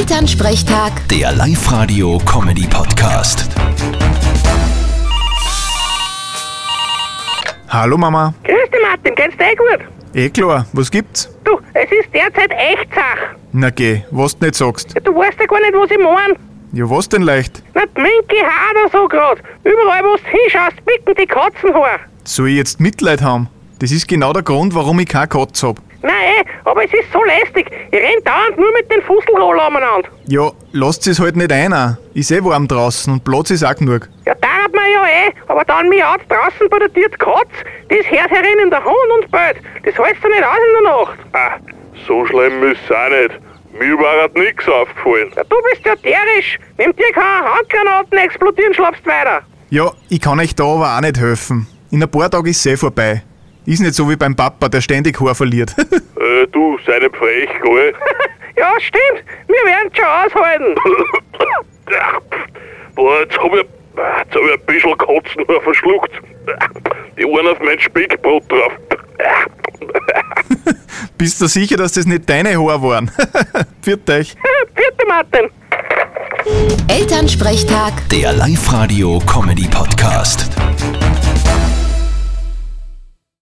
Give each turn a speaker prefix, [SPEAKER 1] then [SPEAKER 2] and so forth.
[SPEAKER 1] Elternsprechtag,
[SPEAKER 2] Der Live-Radio-Comedy-Podcast.
[SPEAKER 3] Hallo Mama.
[SPEAKER 4] Grüß dich, Martin, geht's dir eh gut?
[SPEAKER 3] Eh klar, was gibt's?
[SPEAKER 4] Du, es ist derzeit echt Sache.
[SPEAKER 3] Na geh, was du nicht sagst.
[SPEAKER 4] Du weißt ja gar nicht, was ich mein.
[SPEAKER 3] Ja, was denn leicht?
[SPEAKER 4] Na, die Minke hader so grad. Überall, wo du hinschaust, bicken die Katzenhaar.
[SPEAKER 3] Soll ich jetzt Mitleid haben? Das ist genau der Grund, warum ich keine Katze hab.
[SPEAKER 4] Na eh, aber es ist so lästig. Ich renn dauernd nur mit den Fusselrollen umeinander.
[SPEAKER 3] Ja, lasst es halt nicht ein. auch. Ist eh warm draußen und Platz ist auch genug.
[SPEAKER 4] Ja, dauert man ja eh, aber dann miaut draußen bei der Tür die Katz. Das hört herin in der Hund und bellt. Das heißt ja nicht aus in der Nacht.
[SPEAKER 5] Ah, so schlimm ist es auch nicht. Mir war grad nix aufgefallen.
[SPEAKER 4] Ja, du bist ja tierisch. Nimm dir keine Handgranaten, explodieren, schlappst weiter.
[SPEAKER 3] Ja, ich kann euch da aber auch nicht helfen. In ein paar Tagen ist eh vorbei. Ist nicht so wie beim Papa, der ständig Haar verliert.
[SPEAKER 5] Äh, du, sei nicht frech, gell?
[SPEAKER 4] Ja, stimmt. Wir werden's schon aushalten.
[SPEAKER 5] Ach, pff, Boah, jetzt hab ich, ah, jetzt hab ich ein bisschen Katzen verschluckt. Ah, Die waren auf mein Speckbrot drauf. Ah,
[SPEAKER 3] Bist du sicher, dass das nicht deine Haar waren? Pfiat euch.
[SPEAKER 4] Vierte Martin.
[SPEAKER 1] Elternsprechtag.
[SPEAKER 2] Der Live-Radio-Comedy-Podcast.